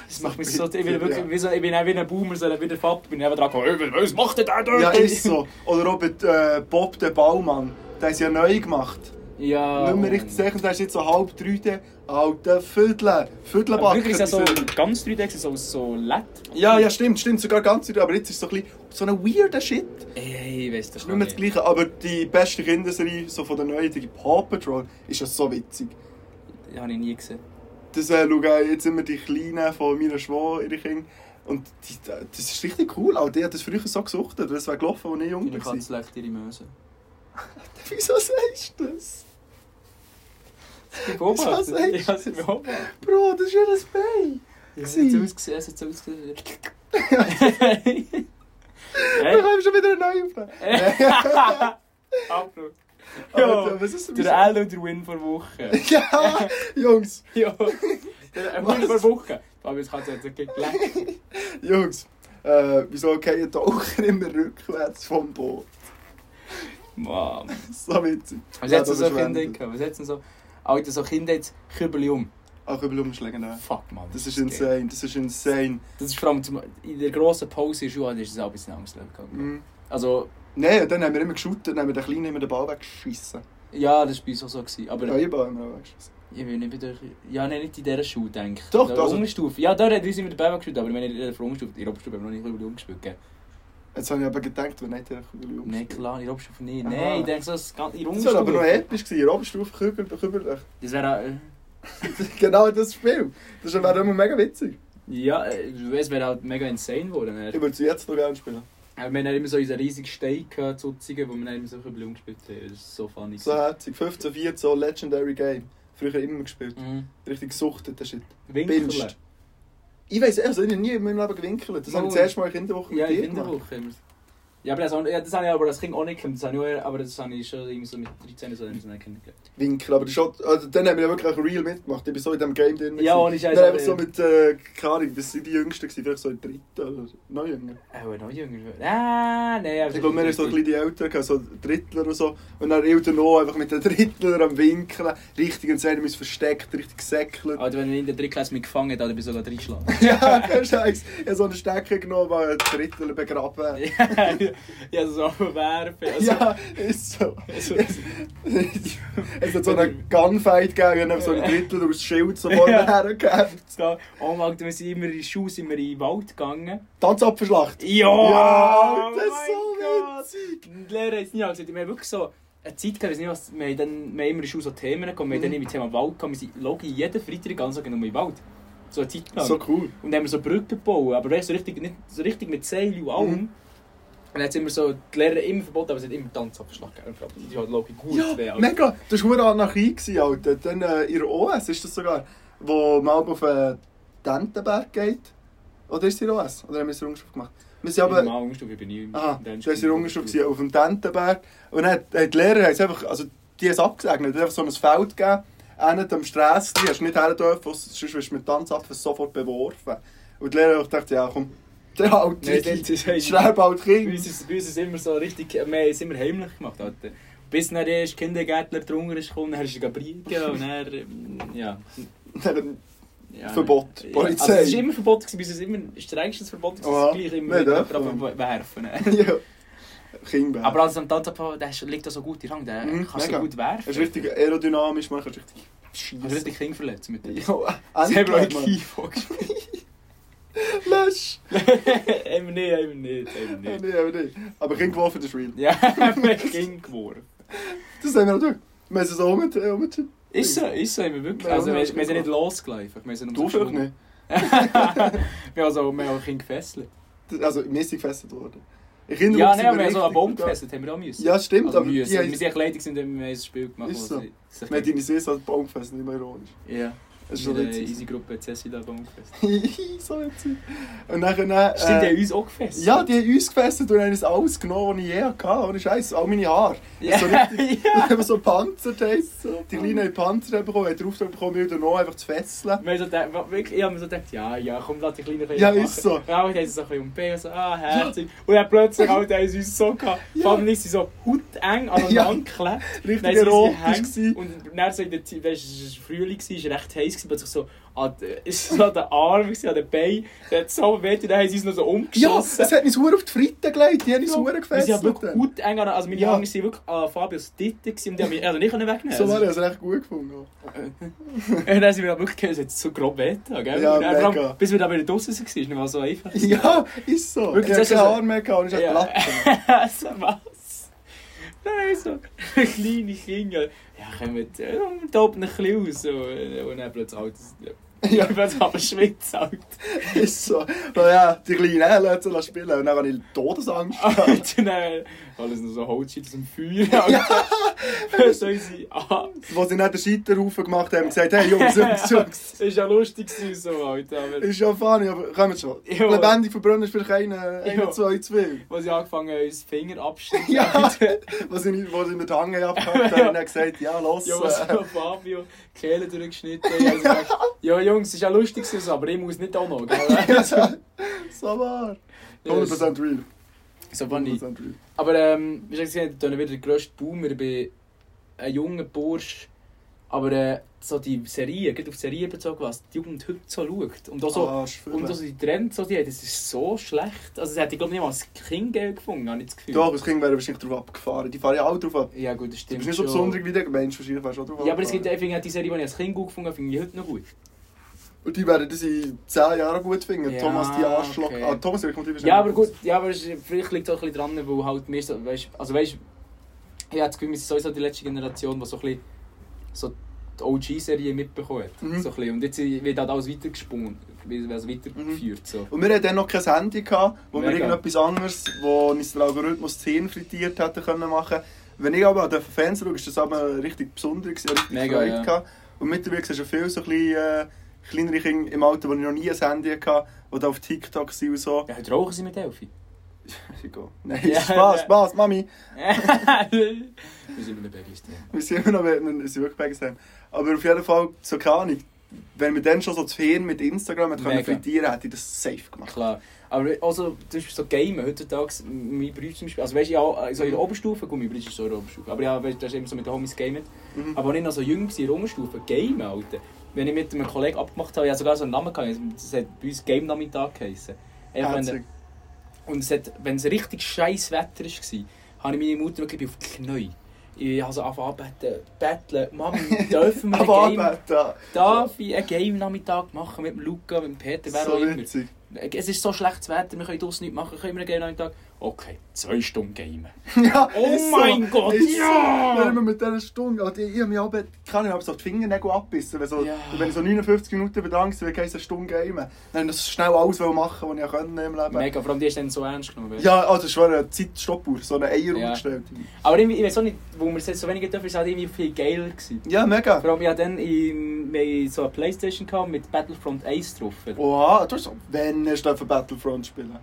Speaker 2: das macht mich so, ich bin wirklich, wie so, ich bin auch wie ein Boomer, so wie der Vater, bin ich einfach dran gekommen, was macht denn der dort?
Speaker 1: Ja, ist so. Oder auch bei äh, Bob der Baumann. Der ist ja neu gemacht.
Speaker 2: Ja.
Speaker 1: Nicht mehr richtig sicher, der ist jetzt so halb 3D. Alter Viertel.
Speaker 2: Aber
Speaker 1: Viertelbacken.
Speaker 2: wirklich ist ja so
Speaker 1: dieser-
Speaker 2: ganz 3D, gewesen, so, so LED.
Speaker 1: Ja, ja, stimmt, stimmt. Sogar ganz 3D. Aber jetzt ist es so ein bisschen so ein weirder Shit.
Speaker 2: Ey, weißt du,
Speaker 1: Nicht mehr das Gleiche. Aber die beste Kinderserie so von der neuen, die Paw Patrol, ist ja so witzig.
Speaker 2: Habe ich nie gesehen.
Speaker 1: Das äh, schauen jetzt immer die Kleinen von meiner Schwester, ihre Kinder. Und die, äh, das ist richtig cool. Alter, die hat das früher so gesuchtet. Das wäre gelaufen, als ich jung
Speaker 2: Ihre
Speaker 1: war.
Speaker 2: Katze leckt ihre Möse.
Speaker 1: Wieso sagst du das?
Speaker 2: Opa.
Speaker 1: Was sagst du?
Speaker 2: Ich hab's im Opa.
Speaker 1: Bro, das ist ja das Bein.
Speaker 2: Ja,
Speaker 1: Sie.
Speaker 2: es hat ausgesehen, es hat ausgesehen.
Speaker 1: Wir haben schon wieder eine neue Frage.
Speaker 2: Hey. Abbruch.
Speaker 1: Alter,
Speaker 2: Ja,
Speaker 1: was ist
Speaker 2: der
Speaker 1: denn?
Speaker 2: L und der Win vor Woche.
Speaker 1: Ja, Jungs,
Speaker 2: Ja, der Win
Speaker 1: Was?
Speaker 2: vor Woche. Fabius hat jetzt wirklich geleckt.
Speaker 1: Jungs. Äh, wieso gehen Taucher immer rückwärts vom Boot?
Speaker 2: Mann.
Speaker 1: So witzig.
Speaker 2: Was
Speaker 1: Ja,
Speaker 2: hat
Speaker 1: das
Speaker 2: so
Speaker 1: ist
Speaker 2: Kinder
Speaker 1: random.
Speaker 2: gehabt? Was hat so... Alter, so Kinder jetzt kübeln um.
Speaker 1: Auch über Blumenschlägen, ne?
Speaker 2: Fuck, Mann.
Speaker 1: Das ist dus insane, das ist insane.
Speaker 2: Das ist vor allem zum, in der grossen Pause in der Schule hatte ich das auch ein bisschen Angst gehabt.
Speaker 1: Mhm.
Speaker 2: Also,
Speaker 1: Nein, und dann haben wir immer geschaut, dann haben wir den Kleinen immer den Ball weggeschissen.
Speaker 2: ja, das war bei uns auch so. gewesen, Aber...
Speaker 1: Ja, ich Ball haben wir auch weggeschissen.
Speaker 2: Ich will nicht bei der... Ja, nein, nicht in dieser Schule, denke ich.
Speaker 1: Doch,
Speaker 2: da.
Speaker 1: da- also-
Speaker 2: Unterstufe. Ja, da hat uns immer der Bäber gespielt, aber ich meine, in der Unterstufe, in der Oberstufe haben wir noch nicht über umgespielt, gell?
Speaker 1: Jetzt habe ich aber gedacht, wenn nicht der Kübel
Speaker 2: Nein, klar, in der Oberstufe nicht.
Speaker 1: Aha.
Speaker 2: Nein, ich denke so, das ganze... In der
Speaker 1: Das war aber noch
Speaker 2: Unterstufe.
Speaker 1: episch, gewesen, in der Oberstufe Kübel, Kübel.
Speaker 2: Das wäre auch... Äh,
Speaker 1: Genau das Spiel. Das wäre immer mega witzig.
Speaker 2: ja, äh, es wäre halt mega insane geworden. dann.
Speaker 1: Ich würde es jetzt noch gerne spielen.
Speaker 2: Aber Wir haben immer so unseren riesigen Stein gehört, sozusagen, wo wir dann immer so über umgespielt haben. Das ist so funny.
Speaker 1: So äh, herzig. 15, 14, so Legendary Game. Früher immer gespielt.
Speaker 2: Mhm.
Speaker 1: Richtig gesuchtet, der Shit.
Speaker 2: Winkeln.
Speaker 1: Binged. Ich weiß also ich habe nie in meinem Leben gewinkelt. Das habe ich
Speaker 2: Mal.
Speaker 1: das erste Mal in Kinderwoche
Speaker 2: Ja,
Speaker 1: mit
Speaker 2: in
Speaker 1: dir
Speaker 2: der
Speaker 1: gemacht.
Speaker 2: Kinderwoche immer. Ja, aber das, ja, das habe ich aber als Kind auch nicht gekannt. Das habe ich auch, eher- aber das habe ich schon irgendwie so mit 13 oder so nicht kennengelernt.
Speaker 1: Winkeln. Aber das ist auch, also dann haben wir ja wirklich auch real mitgemacht. Ich bin so in diesem Game drin.
Speaker 2: Ja,
Speaker 1: gewesen.
Speaker 2: ohne Scheiß,
Speaker 1: Dann einfach
Speaker 2: aber-
Speaker 1: so mit, äh, keine Ahnung, das sind die Jüngsten gewesen, vielleicht so in der dritten oder noch jünger.
Speaker 2: Aber noch jünger. Ah, nein. aber-
Speaker 1: Ich glaube, wir haben so ein bisschen die Eltern, gehabt, so Drittler und so. Und dann Eltern auch einfach mit den Drittlern am Winkeln. Richtig insane, uns versteckt, richtig gesäckelt.
Speaker 2: Alter, wenn er in der Drittklasse mich gefangen hat, dann bist du sogar reingeschlagen.
Speaker 1: ja, kein Scheiß. Ich habe so einen Stecker genommen, weil die Drittler begraben.
Speaker 2: ja, ich habe es auch bewerben. Also,
Speaker 1: ja, ist so.
Speaker 2: Also-
Speaker 1: es hat so einen Gunfight gegeben, ich habe so ein Drittel durchs Schild so vorne
Speaker 2: Ja.
Speaker 1: hergegeben.
Speaker 2: es geht- Oh Mann, wir sind immer in die Schuhe, sind wir in den Wald gegangen.
Speaker 1: Tanzapfelschlacht.
Speaker 2: Ja!
Speaker 1: Ja, das ist
Speaker 2: oh mein
Speaker 1: so
Speaker 2: Gott. Die Lehrer hat es nie gesagt. Wir haben wirklich so eine Zeit gehabt, ich weiss nicht, was, wir haben, dann, wir haben immer in der Schule so Themen gehabt, wir haben dann
Speaker 1: Mhm.
Speaker 2: immer das Thema Wald gehabt. Wir sind logisch jeden Freitag ganz lange nur im Wald. So eine Zeit lang.
Speaker 1: So cool.
Speaker 2: Und dann haben wir so Brücken gebaut, aber weißt, so, richtig, nicht, so richtig mit Seil und allem.
Speaker 1: Mhm.
Speaker 2: Und dann hat es immer so, die Lehrer immer verboten, aber sie hat immer Tanzabschlag gegeben. Ich glaube, Die halt logisch gut
Speaker 1: Ja,
Speaker 2: wäre. aber-
Speaker 1: mega. Das war eine Anarchie, gewesen, Alter. Dann äh, in der OS ist das sogar, wo man auf den Tentenberg geht. Oder ist es in der OS? Oder haben wir es in der Unterstufe gemacht? Wir sind aber...
Speaker 2: Normal, Unterstufe, ich bin nie im
Speaker 1: Aha,
Speaker 2: Dance-
Speaker 1: das war in der Unterstufe, gewesen, auf dem Tentenberg. Und dann hat hat die Lehrer haben es einfach... Also, die haben es abgesegnet. Die haben einfach so ein Feld gegeben, hinten am Strasse. Die hast du nicht her dürfen, sonst sonst wirst du mit Tanzapfen sofort beworfen. Und die Lehrer haben gedacht, ja komm, der halt
Speaker 2: Nein,
Speaker 1: alte,
Speaker 2: das ist-
Speaker 1: schreib halt
Speaker 2: Bei
Speaker 1: Kind.
Speaker 2: uns ist bei uns ist immer so richtig, äh, wir haben es immer heimlich gemacht. Alter. Bis dann der erste Kindergärtner drunter ist gekommen, dann hast du Gabriel und er, ja.
Speaker 1: Dann-
Speaker 2: ja
Speaker 1: Verbot,
Speaker 2: nein.
Speaker 1: Polizei.
Speaker 2: Also, es war immer verboten, gewesen, bei uns ist es immer strengstens verboten, gewesen,
Speaker 1: Aha,
Speaker 2: dass es gleich immer
Speaker 1: nicht
Speaker 2: wieder
Speaker 1: dürfen.
Speaker 2: jemanden we- werfen.
Speaker 1: Ja. Kind behalten.
Speaker 2: Aber als am Tanzabfall, der ist- liegt da so gut in Rang, der
Speaker 1: Mhm,
Speaker 2: kannst du
Speaker 1: mega.
Speaker 2: so gut werfen.
Speaker 1: Es ist richtig aerodynamisch, man kann richtig
Speaker 2: Ich habe richtig King verletzt mit dem.
Speaker 1: Ja,
Speaker 2: Sie haben euch
Speaker 1: endlich,
Speaker 2: Kiefer gespielt.
Speaker 1: Mann. Lösch!
Speaker 2: Eben nicht, eben nicht, eben
Speaker 1: Nee,
Speaker 2: nicht.
Speaker 1: nee, nee. Aber Kind geworfen ist real.
Speaker 2: Ja, haben wir King geworfen.
Speaker 1: Das haben wir natürlich. Wir haben es auch mit... Äh, mit
Speaker 2: Ist so, ist so, immer wirklich.
Speaker 1: Ja,
Speaker 2: Also,
Speaker 1: ja,
Speaker 2: wir,
Speaker 1: ist
Speaker 2: wir sind nicht
Speaker 1: gut.
Speaker 2: losgelaufen. Wir sind
Speaker 1: du
Speaker 2: umso
Speaker 1: vielleicht
Speaker 2: geschwungen.
Speaker 1: nicht.
Speaker 2: wir haben so, wir haben Kind gefesselt.
Speaker 1: Das- Also, wir sind gefesselt worden. In
Speaker 2: Ja,
Speaker 1: Kinderbuch sind
Speaker 2: nein, wir haben so
Speaker 1: richtig
Speaker 2: einen Baum
Speaker 1: brutal.
Speaker 2: gefesselt, haben wir auch müssen.
Speaker 1: Ja, stimmt,
Speaker 2: also
Speaker 1: aber die
Speaker 2: müssen.
Speaker 1: haben-
Speaker 2: Wir sind Kleidung, sind wir haben ein Spiel gemacht.
Speaker 1: Ist
Speaker 2: wo
Speaker 1: so.
Speaker 2: sie- sich-
Speaker 1: Wir haben in Swiss als Baum gefesselt, nicht mehr ironisch.
Speaker 2: Ja,
Speaker 1: Das ist
Speaker 2: mit
Speaker 1: schon
Speaker 2: der
Speaker 1: witzig.
Speaker 2: Easy Gruppe hat Cessi da Baum gefesselt.
Speaker 1: so witzig. Und dann... Äh,
Speaker 2: Stimmt, die haben uns auch gefesselt.
Speaker 1: Ja, die haben uns gefesselt und haben uns alles genommen, was ich je hatte. Ohne Scheiß, all meine Haare.
Speaker 2: Ja,
Speaker 1: So richtig-
Speaker 2: ja.
Speaker 1: Eben so Panzertaste. So. Die Kleinen haben Panzer bekommen, haben den Auftrag bekommen, mich noch einfach zu fesseln.
Speaker 2: Wir haben so gedacht, wa- wirklich, ich habe mir so gedacht, ja, ja, komm, lass die Kleinen ein bisschen
Speaker 1: Ja,
Speaker 2: machen.
Speaker 1: ist so.
Speaker 2: Und dann haben sie so ein bisschen um P und so, ah, herzig. Und dann plötzlich halt, haben sie uns so gehabt.
Speaker 1: Ja.
Speaker 2: Vor allem nicht, sie so hauteng
Speaker 1: Ja.
Speaker 2: aneinander geklebt.
Speaker 1: Richtig
Speaker 2: Nein, sie
Speaker 1: erotisch
Speaker 2: war
Speaker 1: gewesen.
Speaker 2: Und dann so in der Zeit, weißt du, es war Frühling, es war recht heiß, gewesen, plötzlich so an den, ist so an den Arm, gewesen, an den Beinen. Es hat so weh, und dann haben sie uns noch so
Speaker 1: Ja,
Speaker 2: umgeschossen.
Speaker 1: es hat mich sehr auf die Fritte gelegt, die haben mich
Speaker 2: Ja.
Speaker 1: sehr
Speaker 2: Wir sind
Speaker 1: gefesselt.
Speaker 2: Dus ja wirklich gut eng an, also meine
Speaker 1: Ja.
Speaker 2: Arme waren wirklich an Fabius Titte gewesen, und ah, die haben mich also nicht können wegnehmen
Speaker 1: So war ich
Speaker 2: also,
Speaker 1: es recht gut gefunden.
Speaker 2: Und dann sind wir aber wirklich, es hat so grob weh getan, gell?
Speaker 1: Ja,
Speaker 2: Und dann, vor allem,
Speaker 1: mega.
Speaker 2: Bis wir dann wieder draußen waren, war es nicht mal so einfach.
Speaker 1: Ja, ist so.
Speaker 2: Wirklich,
Speaker 1: Wirklich, ich
Speaker 2: das
Speaker 1: hatte
Speaker 2: ist
Speaker 1: keine
Speaker 2: so-
Speaker 1: Haare mehr gehabt und ich hatte
Speaker 2: Ja.
Speaker 1: Lappen.
Speaker 2: also, was? Nein, so kleine Kinder, ja, kommen äh, tobt ein bisschen raus, so, äh, und dann plötzlich halt, ja.
Speaker 1: Ja,
Speaker 2: Ich werde aber schwitz halt. alt.
Speaker 1: ist so. Na ja, die Kleinen äh, lassen sie spielen und dann habe ich Todesangst. gehabt.
Speaker 2: Alter, nein. äh, Alles noch so Holzschild aus dem Feuer. halt. Alter. so unsere ah.
Speaker 1: Wo sie dann den Scheiterhaufen gemacht haben und gesagt hey Jungs, Jungs, Jungs.
Speaker 2: Das ist ja lustig gewesen, so, Alter. Aber
Speaker 1: Ist ja funny, aber kommt schon.
Speaker 2: Ja.
Speaker 1: Lebendig verbrennen ist vielleicht eine, eine
Speaker 2: Ja.
Speaker 1: zwei zu viel.
Speaker 2: als ich angefangen habe, uns Finger halt, abzuschneiden.
Speaker 1: Ja, was ich nicht, was ich nicht hängen abgehakt habe, und dann gesagt, ja, los.
Speaker 2: Ja, was
Speaker 1: äh,
Speaker 2: hat Fabio die Kehle durchgeschnitten. Ich also gedacht, ja, Jungs, es ist ja lustig gewesen, so, aber ich muss nicht auch noch, gell?
Speaker 1: ja, so wahr. 100% real.
Speaker 2: So funny.
Speaker 1: 100% real.
Speaker 2: Aber ähm, wie gesagt, ich bin wieder der grösste Boomer. Ich bin ein junger Bursch. Aber äh, so die Serie, gerade auf Serie bezogen, was die Jugend heute so schaut. Und auch so,
Speaker 1: Ah, ist viel.
Speaker 2: und auch so die Trends, so die haben, das ist so schlecht. Also, das hätte ich glaube ich nicht mal als Kind geil gefunden, habe ich das Gefühl.
Speaker 1: Doch, das Kind wäre wahrscheinlich drauf abgefahren. Die fahren ja auch drauf ab.
Speaker 2: Ja, gut, das
Speaker 1: Du
Speaker 2: stimmt.
Speaker 1: bist nicht so
Speaker 2: schon.
Speaker 1: besonders wie der Mensch, wahrscheinlich wärst du auch drauf
Speaker 2: Ja, aber es gibt
Speaker 1: abgefahren.
Speaker 2: ich finde auch die Serie, die ich als Kind gut gefunden habe, finde ich heute noch gut.
Speaker 1: Und die werden das in 10 Jahren gut finden.
Speaker 2: Ja,
Speaker 1: Thomas, die Arschloch.
Speaker 2: okay.
Speaker 1: Ah, Thomas, ich komme dir
Speaker 2: Ja, aber gut, ja, aber es ist- vielleicht liegt es auch ein bisschen dran, weil halt mir so, weißt, also weißt, ich habe das Gefühl, wir sind sowieso die letzte Generation, die so ein bisschen so die OG-Serie mitbekommen hat.
Speaker 1: Mhm.
Speaker 2: So ein bisschen. Und jetzt wird halt alles weitergesponnen, also weitergeführt. So.
Speaker 1: Und wir hatten dann noch kein Handy, gehabt, wo wir
Speaker 2: Mega.
Speaker 1: irgendetwas anderes, wo uns der Algorithmus 10 frittiert hätte können machen. Wenn ich aber an den Fans schaue, ist das aber richtig besonders, gewesen, richtig
Speaker 2: Mega,
Speaker 1: Freude
Speaker 2: ja.
Speaker 1: gehabt. Und mittlerweile siehst du viel so ein bisschen, äh, kleinere Kinder im Alter, die noch nie ein Handy hatten, die da auf TikTok sind und so.
Speaker 2: Ja, heute rauchen sie mit Elfi.
Speaker 1: Ich gehe, Nein,
Speaker 2: Ja,
Speaker 1: Spaß,
Speaker 2: ja.
Speaker 1: Spaß, Mami.
Speaker 2: wir sind immer ein Baggies
Speaker 1: Wir sind immer noch mit einem Suchbags haben. Aber auf jeden Fall, so keine Ahnung, wenn wir dann schon so zu Ferien mit Instagram hätten können
Speaker 2: Mega.
Speaker 1: frittieren, hätte ich das safe gemacht.
Speaker 2: Klar. Aber also, zum Beispiel so Gamen heutzutage, mein Bruder zum Beispiel, also weißt du, ja, so in der Oberstufe, gut, mein Bruder ist so in der Oberstufe, aber ja, weißt du, da ist immer so mit den Homies gamen.
Speaker 1: Mhm.
Speaker 2: Aber als ich noch so jung war in der Oberstufe, Game, Alter. Wenn ich mit einem Kollegen abgemacht habe, ich hatte sogar so einen Namen gehabt, das hat bei uns Game-Nachmittag geheissen. Einfach wenn-
Speaker 1: Herzig.
Speaker 2: Und es hat, wenn es richtig scheiß Wetter war, habe ich meine Mutter wirklich auf die Knie. Ich habe sie angefangen zu betteln. Mami, dürfen wir
Speaker 1: Aber
Speaker 2: ein Game,
Speaker 1: arbeiten.
Speaker 2: darf ich ein Game Nachmittag machen mit dem Luca, mit dem Peter, wer auch
Speaker 1: So
Speaker 2: immer.
Speaker 1: witzig.
Speaker 2: Es ist so schlechtes Wetter, wir können draussen nichts machen, können wir ein Game Nachmittag? Okay, zwei Stunden Game.
Speaker 1: Ja,
Speaker 2: Oh
Speaker 1: ist
Speaker 2: mein Gott,
Speaker 1: ist
Speaker 2: ja!
Speaker 1: So, wenn man mit dieser Stunde, also ich, ich habe mich aber, keine Ahnung, ich habe so die Fingernägel abbissen. Wenn, so,
Speaker 2: Ja.
Speaker 1: wenn ich so 59 Minuten bedankt, dann ich so eine Stunde gamen. Dann habe ich das schnell alles machen, was ich konnte im Leben.
Speaker 2: Mega, vor allem die ist dann so ernst genommen. weißt du?
Speaker 1: Ja, also es war eine Zeitstoppuhr, so eine Eier
Speaker 2: Ja.
Speaker 1: aufgestellt.
Speaker 2: Aber irgendwie, ich weiß auch nicht, wo wir es jetzt so wenig dürfen, ist es halt irgendwie viel geiler gewesen.
Speaker 1: Ja, mega.
Speaker 2: Vor allem, ja dann in, wir hatten so eine Playstation gehabt mit Battlefront 1 drauf.
Speaker 1: Oha, du hast so, wenn hast du für Battlefront spielen.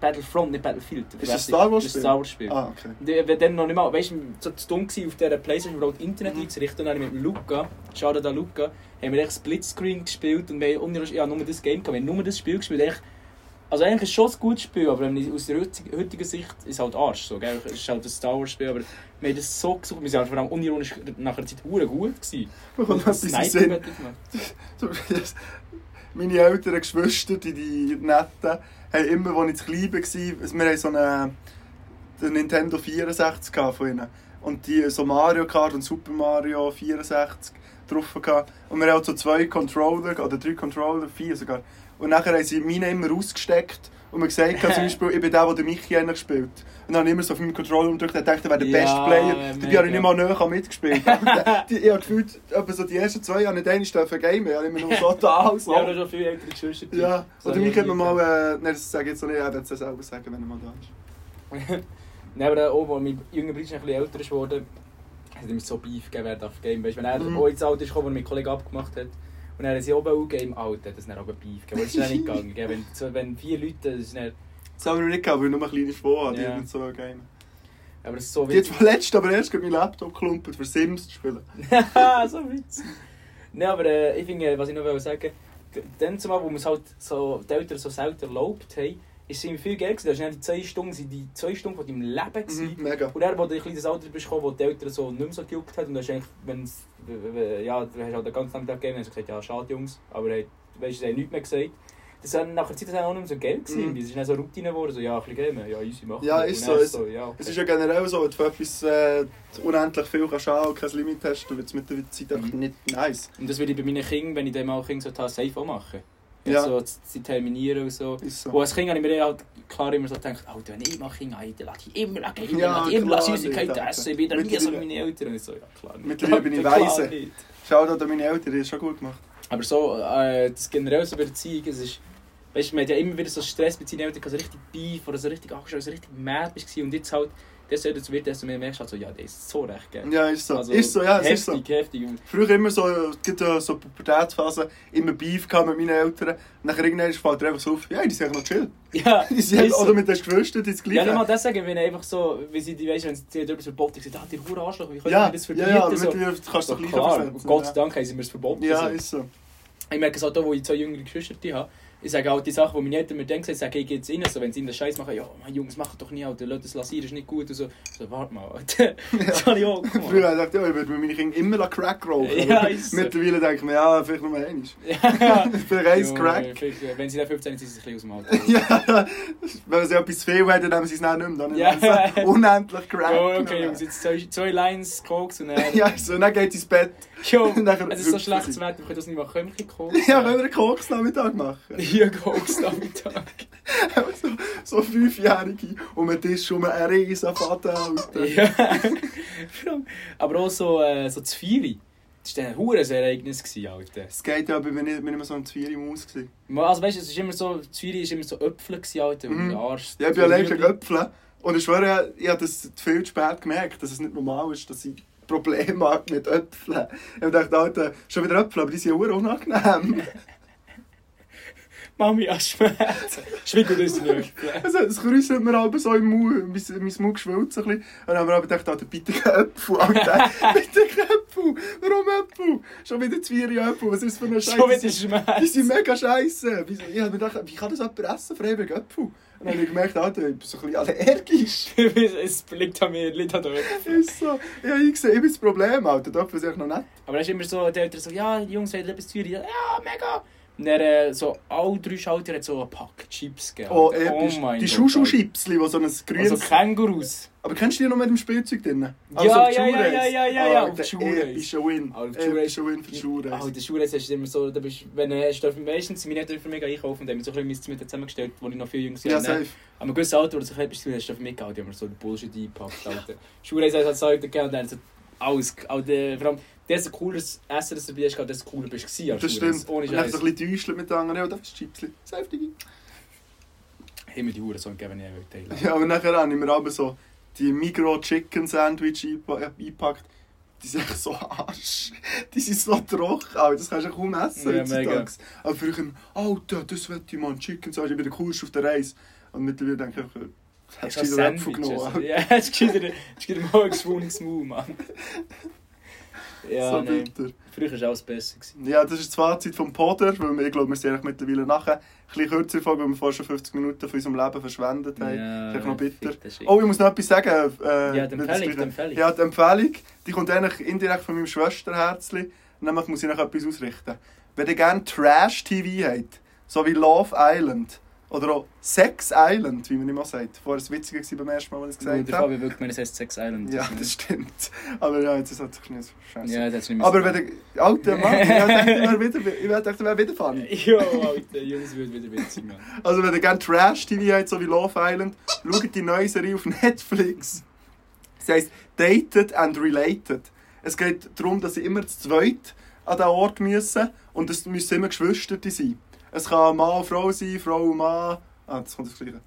Speaker 2: Battlefront, nicht Battlefield.
Speaker 1: Ist das Star Wars
Speaker 2: Das
Speaker 1: Spiel?
Speaker 2: ist ein Star Wars Spiel.
Speaker 1: Ah, okay.
Speaker 2: Und Ich war dann noch nicht mal, weißt du, so zu dumm gewesen, auf dieser Playstation überhaupt Internet
Speaker 1: Mhm.
Speaker 2: einzurichten. Und dann habe ich mit dem Luca, schade da Luca, haben wir echt Splitscreen gespielt und wir haben unter- ja, nur das Game gehabt, wir haben nur das Spiel gespielt. Echt, also eigentlich ist es schon ein gutes Spiel, aber wenn ich- aus der heutigen- heutigen Sicht ist es halt Arsch. So, gell? Es ist halt ein Star Wars Spiel, aber wir haben das so gesucht, wir sind halt vor allem unironisch nach einer Zeit verdammt gut gewesen.
Speaker 1: Man kommt etwas in den Sinn. So, Meine Eltern, Geschwister, die, die Netten, haben immer, als ich zu klein war, wir haben so eine, eine Nintendo 64 gehabt von ihnen. Und die so Mario Kart und Super Mario 64 drauf gehabt. Und wir haben auch so zwei Controller, oder drei Controller, vier sogar. Und nachher haben sie meine immer rausgesteckt und mir gesagt, zum Beispiel, ich bin der, der den Michi eigentlich spielt. Und dann habe ich immer so auf meinem Controller gedrückt und dachte, er wäre der
Speaker 2: Ja, äh,
Speaker 1: beste Player. Dabei habe ich
Speaker 2: mega.
Speaker 1: nicht mal näher mitgespielt. die, ich habe gefühlt, etwa so die ersten zwei habe ich nicht einmal dürfen gamen. Ich habe immer nur total so.
Speaker 2: Ja, du hast schon viele ältere Geschwister.
Speaker 1: Also Ja,
Speaker 2: So
Speaker 1: oder mir
Speaker 2: habe ich
Speaker 1: könnte man
Speaker 2: nie gehabt.
Speaker 1: mal, äh, nein, das sage ich jetzt noch nicht, ich werde es selber sagen, wenn er mal da ist.
Speaker 2: Nein, aber auch, als mein jüngerer Bruder schon ein bisschen älter ist geworden, hat er mir so Beef gegeben, wer darf Game. Weißt, wenn er
Speaker 1: Mhm.
Speaker 2: auch ins Alter ist gekommen, wo er mit Kollegen abgemacht hat, und er hat sie oben auch Game out, hat es dann auch Beef gegeben. Aber Das ist dann nicht gegangen. gell? Wenn, so- wenn vier Leute, das ist dann,
Speaker 1: Das haben wir noch nicht gehabt, weil ich nur eine kleine Frau habe, die
Speaker 2: Ja.
Speaker 1: hat nicht so gamen.
Speaker 2: aber es ist so
Speaker 1: Die hat verletzt, aber erst gerade meinen Laptop geklumpert, für Sims zu spielen.
Speaker 2: Haha, so witzig. Nein, aber äh, ich finde, äh, was ich noch will sagen wollte, dann zumal, wo wir es halt so, die Eltern so selten erlaubt haben, ist es ihm viel Geld gewesen. Das waren die zwei Stunden, sind die zwei Stunden von deinem Leben.
Speaker 1: Mhm,
Speaker 2: gewesen.
Speaker 1: mega.
Speaker 2: Und dann, wo du in ein kleines Alter bist, gekommen, wo die Eltern so nicht mehr so gejuckt haben, und dann hast du eigentlich, wenn's, w- w- ja, du hast halt den ganzen Nachmittag gegeben, dann hast du gesagt, ja, schade Jungs, aber hey, weißt du, sie haben nichts mehr gesagt. Das war nach einer Zeit das war auch nicht mehr so Geld gewesen.
Speaker 1: Mhm.
Speaker 2: Es ist dann so Routine geworden, so, ja, ein bisschen Game, ja, easy, machen.
Speaker 1: Ja, ist so,
Speaker 2: dann
Speaker 1: es-
Speaker 2: ja, okay.
Speaker 1: Es ist ja generell so, wenn du für etwas äh, unendlich viel kannst haben und kein Limit hast, dann wird es mit der Zeit einfach
Speaker 2: Mhm.
Speaker 1: nicht nice.
Speaker 2: Und das würde ich bei meinen Kindern, wenn ich dem auch Kinder so habe, safe auch machen.
Speaker 1: Ja.
Speaker 2: Ja. So, zu- zu terminieren und so.
Speaker 1: Ist so.
Speaker 2: Und als Kind habe ich mir halt klar immer so gedacht, Alter, wenn ich mal Kinder habe, dann lasse ich immer an Kinder,
Speaker 1: Ja,
Speaker 2: lasse ich immer
Speaker 1: klar,
Speaker 2: Süßigkeiten
Speaker 1: Alter.
Speaker 2: essen, ich bin dann nie so wie
Speaker 1: Mittlerweile-
Speaker 2: meine Eltern. Und ich so, ja klar. nicht.
Speaker 1: Mittlerweile bin ich
Speaker 2: Klar
Speaker 1: weise.
Speaker 2: nicht.
Speaker 1: Schau da an meine Eltern, die haben es schon gut gemacht.
Speaker 2: Aber so, äh, das generell so bei Erziehung, es ist, weißt du, man hat ja immer wieder so Stress mit seinen Eltern, also richtig beef oder so richtig angeschaut, so richtig mad bist und jetzt halt, desto älter du wirst, desto mehr merkst du halt so, ja, der ist so recht, gell.
Speaker 1: Ja, ist so.
Speaker 2: Also,
Speaker 1: ist so, ja, es
Speaker 2: heftig,
Speaker 1: ist so.
Speaker 2: heftig.
Speaker 1: Früher immer so, es gibt ja so Pubertätsphase, immer Beef gehabt mit meinen Eltern. Nachher irgendwann fällt dir einfach so auf, ja, die sind eigentlich noch chill.
Speaker 2: Ja,
Speaker 1: Die sind,
Speaker 2: ist so.
Speaker 1: Oder mit den Geschwistern, die das Gleiche.
Speaker 2: Ja, nicht mal das sagen, wenn einfach so, wie sie die, weißt, wenn sie dir etwas verboten haben, ah, die Hure Arschloch, wie können
Speaker 1: ja,
Speaker 2: wir das
Speaker 1: ja,
Speaker 2: verbieten?
Speaker 1: ja, aber
Speaker 2: so.
Speaker 1: mittlerweile kannst du
Speaker 2: so
Speaker 1: doch
Speaker 2: klar,
Speaker 1: versetzen,
Speaker 2: Gott sei Dank haben sie mir das verboten.
Speaker 1: Ja, ja
Speaker 2: so.
Speaker 1: ist so.
Speaker 2: Ich merke es halt auch, wo ich zwei jüngere Geschwister die habe. Ich sage auch die Sachen, die meine Eltern mir denken, ich sage, ich gehe jetzt rein. So, wenn sie in den Scheiß machen, ja, mein Jungs, mach doch nie, Alter, Leute, das lassen, das ist nicht gut. Und so, so warte mal, Alter. das habe ich auch gemacht.
Speaker 1: Früher habe ich gedacht, ja, ich würde mit meinen Kindern immer Crack rauchen.
Speaker 2: Ja,
Speaker 1: Aber
Speaker 2: ist so.
Speaker 1: Mittlerweile denke ich mir, ja, vielleicht nur einmal.
Speaker 2: Ja.
Speaker 1: Vielleicht eins
Speaker 2: Ja,
Speaker 1: Crack.
Speaker 2: vielleicht, Wenn sie dann 15 sind, sind sie ein bisschen aus dem
Speaker 1: Ja,
Speaker 2: Alter.
Speaker 1: wenn sie etwas viel haben, dann nehmen sie es dann nicht mehr. Dann
Speaker 2: Ja.
Speaker 1: nehmen sie unendlich Crack.
Speaker 2: Ja, okay, Jungs, jetzt zwei, zwei Lines, Koks und dann...
Speaker 1: Ja, so, dann geht sie ins Bett.
Speaker 2: Jo,
Speaker 1: Nachher
Speaker 2: Oh, es ist so
Speaker 1: wirklich.
Speaker 2: schlechtes Wetter, wir können das nicht machen. Können wir ein bisschen Koks?
Speaker 1: Ja, können wir einen Koksnachmittag machen?
Speaker 2: Hier Koks Nachmittag.
Speaker 1: so, so Fünfjährige um den Tisch um einen riesen Faden halten.
Speaker 2: Ja. Vor allem- Aber auch so, äh, so zu Vieri. Das war ein hohes Ereignis, gewesen, Alter.
Speaker 1: Es geht ja, aber ich bin nicht, bin nicht mehr so ein Zwierer im Haus. gewesen.
Speaker 2: Ma- Also weißt du, es ist immer so, zu Vieri war immer so Äpfel, gewesen, Alter.
Speaker 1: Mhm.
Speaker 2: Und der Arsch.
Speaker 1: Ja, ich
Speaker 2: so
Speaker 1: bin allein schon
Speaker 2: Rüebli.
Speaker 1: Göpfle. Und ich schwöre, ich habe das viel zu spät gemerkt, dass es nicht normal ist, dass ich Probleme habe mit Äpfeln. Ich habe gedacht, Alter, schon wieder Äpfel, aber die sind auch unangenehm.
Speaker 2: Mami, hast Schmerzen. Schwingt uns nicht.
Speaker 1: Also, es kräuselt mir aber so im Mund, mein, mein Mund schwillt so ein bisschen. Und dann haben wir aber gedacht, Alter, bitte kein Äpfel, Alter. bitte kein Äpfel. Warum Äpfel? Schon wieder Zwierer Äpfel, was ist das für eine Scheiße?
Speaker 2: Schon wieder
Speaker 1: Die sind
Speaker 2: Schmerzen.
Speaker 1: mega scheiße. Wieso- Ich habe mir gedacht, wie kann das jemand essen, Freiburg Äpfel? Und dann habe ich gemerkt, Alter, ich bin so ein bisschen allergisch.
Speaker 2: es liegt an mir, liegt an dir.
Speaker 1: Ist so. Ich habe gesehen, ich bin das Problem, Alter. Die Äpfel sind eigentlich noch nett.
Speaker 2: Aber es ist immer so, die Eltern so, ja, die Jungs, wollt ihr etwas zu Vieri? Ja, mega. Und Dann, äh, so alle drei Schalter hat so ein Pack Chips gegeben.
Speaker 1: Oh, episch.
Speaker 2: mein
Speaker 1: die
Speaker 2: Gott,
Speaker 1: Schuschu-Chipsli, die so ein grünes...
Speaker 2: Also Kängurus.
Speaker 1: Aber kennst du die noch mit dem Spielzeug drin? Also
Speaker 2: Ja, ja, ja, ja,
Speaker 1: Ah,
Speaker 2: ja, ja, ja, auf die Schuhe.
Speaker 1: Epischer äh, Win.
Speaker 2: Ah, auf die Schuhe.
Speaker 1: Epischer Win für die Schuhe.
Speaker 2: Ah, in der Schule hast du immer so, da bist, wenn äh, hast du dürfen- meistens sind meine Eltern mega einkaufen, da haben wir so ein bisschen mein Zimmer zusammengestellt, wo ich noch viel jünger
Speaker 1: Ja,
Speaker 2: war.
Speaker 1: safe.
Speaker 2: Aber ein gewisses Alter, wo du so ein bisschen bist, hast du dürfen mitgehalten, die haben wir so den Bullshit eingepackt. Alter. Schulreise hat es halt gegeben und dann so alles, auch der, vor allem, desto cooleres Essen, das du dabei hast, gehabt, desto cooler bist du gewesen. an
Speaker 1: Das
Speaker 2: Schulreise.
Speaker 1: stimmt.
Speaker 2: Ohne
Speaker 1: Und dann so
Speaker 2: Scheiß.
Speaker 1: ein bisschen täuscheln mit den anderen. Ja, das ist Chipsli. Safe, Digi.
Speaker 2: Immer die Uhren so gegeben, wenn ich teilen wollte.
Speaker 1: Ja, aber nachher habe ich mir aber so die Migros Chicken Sandwich einpa- äh, eingepackt. Die sind echt so Arsch. Die sind so trocken, Alter. das kannst du ja kaum essen
Speaker 2: Ja,
Speaker 1: heutzutage. Aber früher, Alter, das will ich mal, Chicken Sandwich, ich bin der Coolste auf der Reise. Und mittlerweile denke ich, einfach, hättest du wieder Äpfel genommen.
Speaker 2: also.
Speaker 1: Alter.
Speaker 2: Ja, hast du wieder mal ein geschwungenes Maul, Mann. Ja,
Speaker 1: so
Speaker 2: nein.
Speaker 1: bitter.
Speaker 2: Früher war alles besser. Gewesen.
Speaker 1: Ja, das ist das Fazit vom Poder, weil wir, ich glaube, wir sind eigentlich mittlerweile nachher ein bisschen kürzer vor, weil wir fast schon 50 Minuten von unserem Leben verschwendet haben. ist echt noch bitter.
Speaker 2: fick den Shit.
Speaker 1: Oh, ich muss noch etwas sagen. Äh,
Speaker 2: Ja, die
Speaker 1: nicht, dass
Speaker 2: Empfehlung,
Speaker 1: ich-
Speaker 2: die Empfehlung.
Speaker 1: Ja, die Empfehlung, die kommt eigentlich indirekt von meinem Schwesterherzli. Nämlich muss ich noch etwas ausrichten. Wenn ihr gerne Trash-TV habt, so wie Love Island oder auch Sex Island, wie man immer sagt. Vorher war es witziger gewesen beim ersten Mal, als ich es
Speaker 2: Nur
Speaker 1: gesagt
Speaker 2: der
Speaker 1: habe.
Speaker 2: Fabi wirklich meine, es heißt Sex Island.
Speaker 1: Ja, das stimmt. Aber ja, jetzt hat es nicht so scheiße.
Speaker 2: Ja, das ist nicht mehr
Speaker 1: Aber
Speaker 2: so-
Speaker 1: wenn der alte Mann, ich dachte, ich wäre wieder, ich dachte, ich wäre wieder fahren.
Speaker 2: Jo, Alter, Jungs, wird wieder witzig, Mann.
Speaker 1: Also wenn ihr gerne Trash-TV habt, so wie Love Island, schaut die neue Serie auf Netflix. Sie heisst Dated and Related. Es geht darum, dass sie immer zu zweit an den Ort müssen und es müssen immer Geschwister sein. Es kann Mann und Frau sein, Frau und Mann... Ah, das kommt das Gleiche.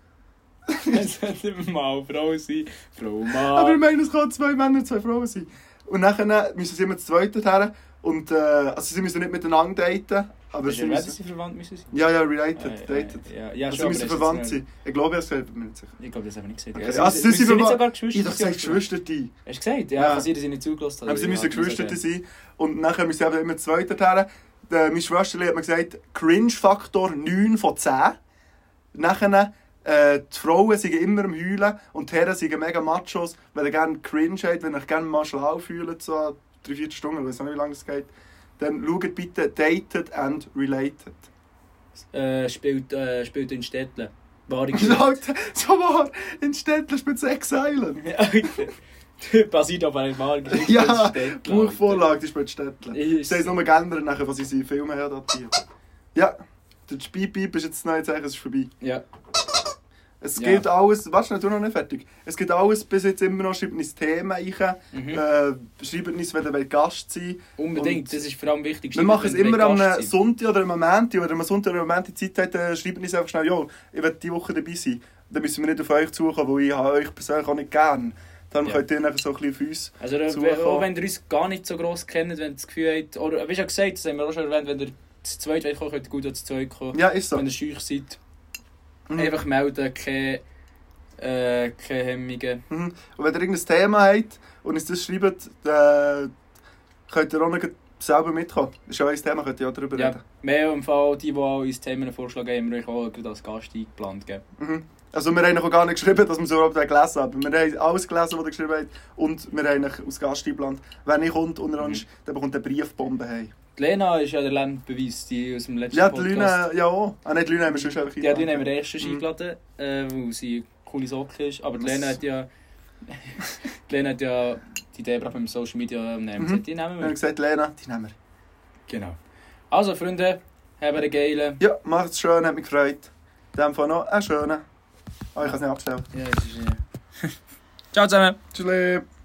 Speaker 2: Es sollte immer mal Frau sein, Frau Mann.
Speaker 1: Aber ich meine, es können zwei Männer und zwei Frauen sein. Und nachher müssen sie immer zu zweit her und äh, also sie müssen nicht miteinander daten, aber
Speaker 2: Hast du
Speaker 1: sie
Speaker 2: erwähnt,
Speaker 1: müssen...
Speaker 2: dass sie verwandt müssen sein?
Speaker 1: Ja, ja, related,
Speaker 2: Äh, äh,
Speaker 1: dated.
Speaker 2: Ja, ja,
Speaker 1: also
Speaker 2: schon,
Speaker 1: sie
Speaker 2: aber
Speaker 1: müssen
Speaker 2: das ist
Speaker 1: verwandt
Speaker 2: nicht-
Speaker 1: sein. Ich glaube, ich selber bin nicht sicher.
Speaker 2: Ich glaube, das habe ich nicht gesagt.
Speaker 1: Okay.
Speaker 2: Also,
Speaker 1: Ja, sie sind
Speaker 2: nicht
Speaker 1: verwandt.
Speaker 2: sogar
Speaker 1: Ich
Speaker 2: Geschwister.
Speaker 1: doch gesagt, Geschwisterte.
Speaker 2: Hast du gesagt? Ja,
Speaker 1: Ja.
Speaker 2: ja. kann sein, dass ich nicht zugelassen habe.
Speaker 1: Aber sie
Speaker 2: Ja,
Speaker 1: müssen
Speaker 2: ich muss
Speaker 1: Geschwisterte
Speaker 2: sagen.
Speaker 1: sein. Und nachher müssen sie eben immer zweiter her. Äh, Meine Schwester hat mir gesagt, Cringe-Faktor 9 von 10. Nachher, äh, die Frauen sind immer am Heulen und die Herren sind mega Machos, wenn ihr gerne Cringe habt, wenn ihr euch gerne mal schlau fühlt, so 3-4 Stunden, ich weiß nicht, wie lange es geht, dann schaut bitte Dated and Related.
Speaker 2: Äh, spielt, äh, spielt in Städten. Wahre Geschichte.
Speaker 1: Leute, so wahr, in Städtler spielt Sex Island.
Speaker 2: Alter. Basiert auf einer wahren Geschichte.
Speaker 1: Ja,
Speaker 2: in Städten, Alter.
Speaker 1: Buchvorlage, die spielt Städtler. Ich
Speaker 2: Ist-
Speaker 1: sehe es nur geändert, nachher, was ich in Filmen her adaptiert. Ja, der Speed-Beep ist jetzt das neue Zeichen, es ist vorbei.
Speaker 2: Ja.
Speaker 1: Es
Speaker 2: Ja.
Speaker 1: geht alles, warte schnell, du noch nicht fertig. Es geht alles bis jetzt immer noch, schreibt uns Themen rein,
Speaker 2: Mhm.
Speaker 1: äh, schreibt uns, wenn ihr wollt Gast sein wollt.
Speaker 2: Unbedingt, das ist vor allem wichtig.
Speaker 1: Wir machen es
Speaker 2: Wenn ihr
Speaker 1: immer am
Speaker 2: Gast
Speaker 1: äh,
Speaker 2: seid.
Speaker 1: Sonntag oder am Moment, oder am Sonntag oder am Moment Zeit habt, äh, schreibt uns einfach schnell, jo, ich will diese Woche dabei sein. Dann müssen wir nicht auf euch zukommen, weil ich habe euch persönlich auch nicht gern. Dann
Speaker 2: Ja.
Speaker 1: könnt ihr nachher so ein bisschen auf uns...
Speaker 2: Also, äh,
Speaker 1: Zukommen.
Speaker 2: auch wenn ihr uns gar nicht so gross kennt, wenn ihr das Gefühl habt, oder äh, wie schon gesagt, das haben wir auch schon erwähnt, wenn ihr zu zweit wollt kommen, könnt ihr gut auch zu zweit kommen.
Speaker 1: Ja, ist so.
Speaker 2: Wenn ihr schüch seid,
Speaker 1: Mhm.
Speaker 2: einfach melden, keine, äh, keine Hemmungen.
Speaker 1: Mhm. Und wenn ihr irgendein Thema habt und uns das schreibt, dann könnt ihr auch noch selber mitkommen. Das ist ja euer Thema, könnt ihr auch darüber
Speaker 2: Ja,
Speaker 1: reden.
Speaker 2: mehr im Fall, die, die auch uns Themen vorschlagen, haben wir euch auch gleich als Gast eingeplant. Gell?
Speaker 1: Mhm. Also wir haben auch gar nicht geschrieben, dass wir es überhaupt gelesen haben. Wir haben alles gelesen, was ihr geschrieben habt und wir haben euch aus Gast eingeplant. Wenn ihr kommt, unter
Speaker 2: Mhm.
Speaker 1: uns, dann bekommt ihr eine Briefbombe heim.
Speaker 2: Die Lena ist ja der Lernbeweis, die aus dem letzten
Speaker 1: Ja, die
Speaker 2: Podcast.
Speaker 1: Lüne, ja auch. Ah nein, die Lüne haben wir schon einfach
Speaker 2: die hat ihn haben wir eh. erst schon
Speaker 1: Mhm.
Speaker 2: eingeladen, äh, weil sie eine coole Socke ist. Aber die
Speaker 1: Was?
Speaker 2: Lena hat ja... die Lena hat ja die Idee gebracht mit dem Social Media Namen.
Speaker 1: Mhm.
Speaker 2: Mhm. Die nehmen
Speaker 1: Wir haben
Speaker 2: wir.
Speaker 1: gesagt, Lena, die nehmen wir.
Speaker 2: Genau. Also Freunde, haben einen geilen...
Speaker 1: Ja, macht's schön, hat mich gefreut. In dem Fall noch einen Ah, schönen. Oh, ich kann es nicht abstellen.
Speaker 2: Ja, es ist... Äh... Ciao zusammen!
Speaker 1: Tschüss.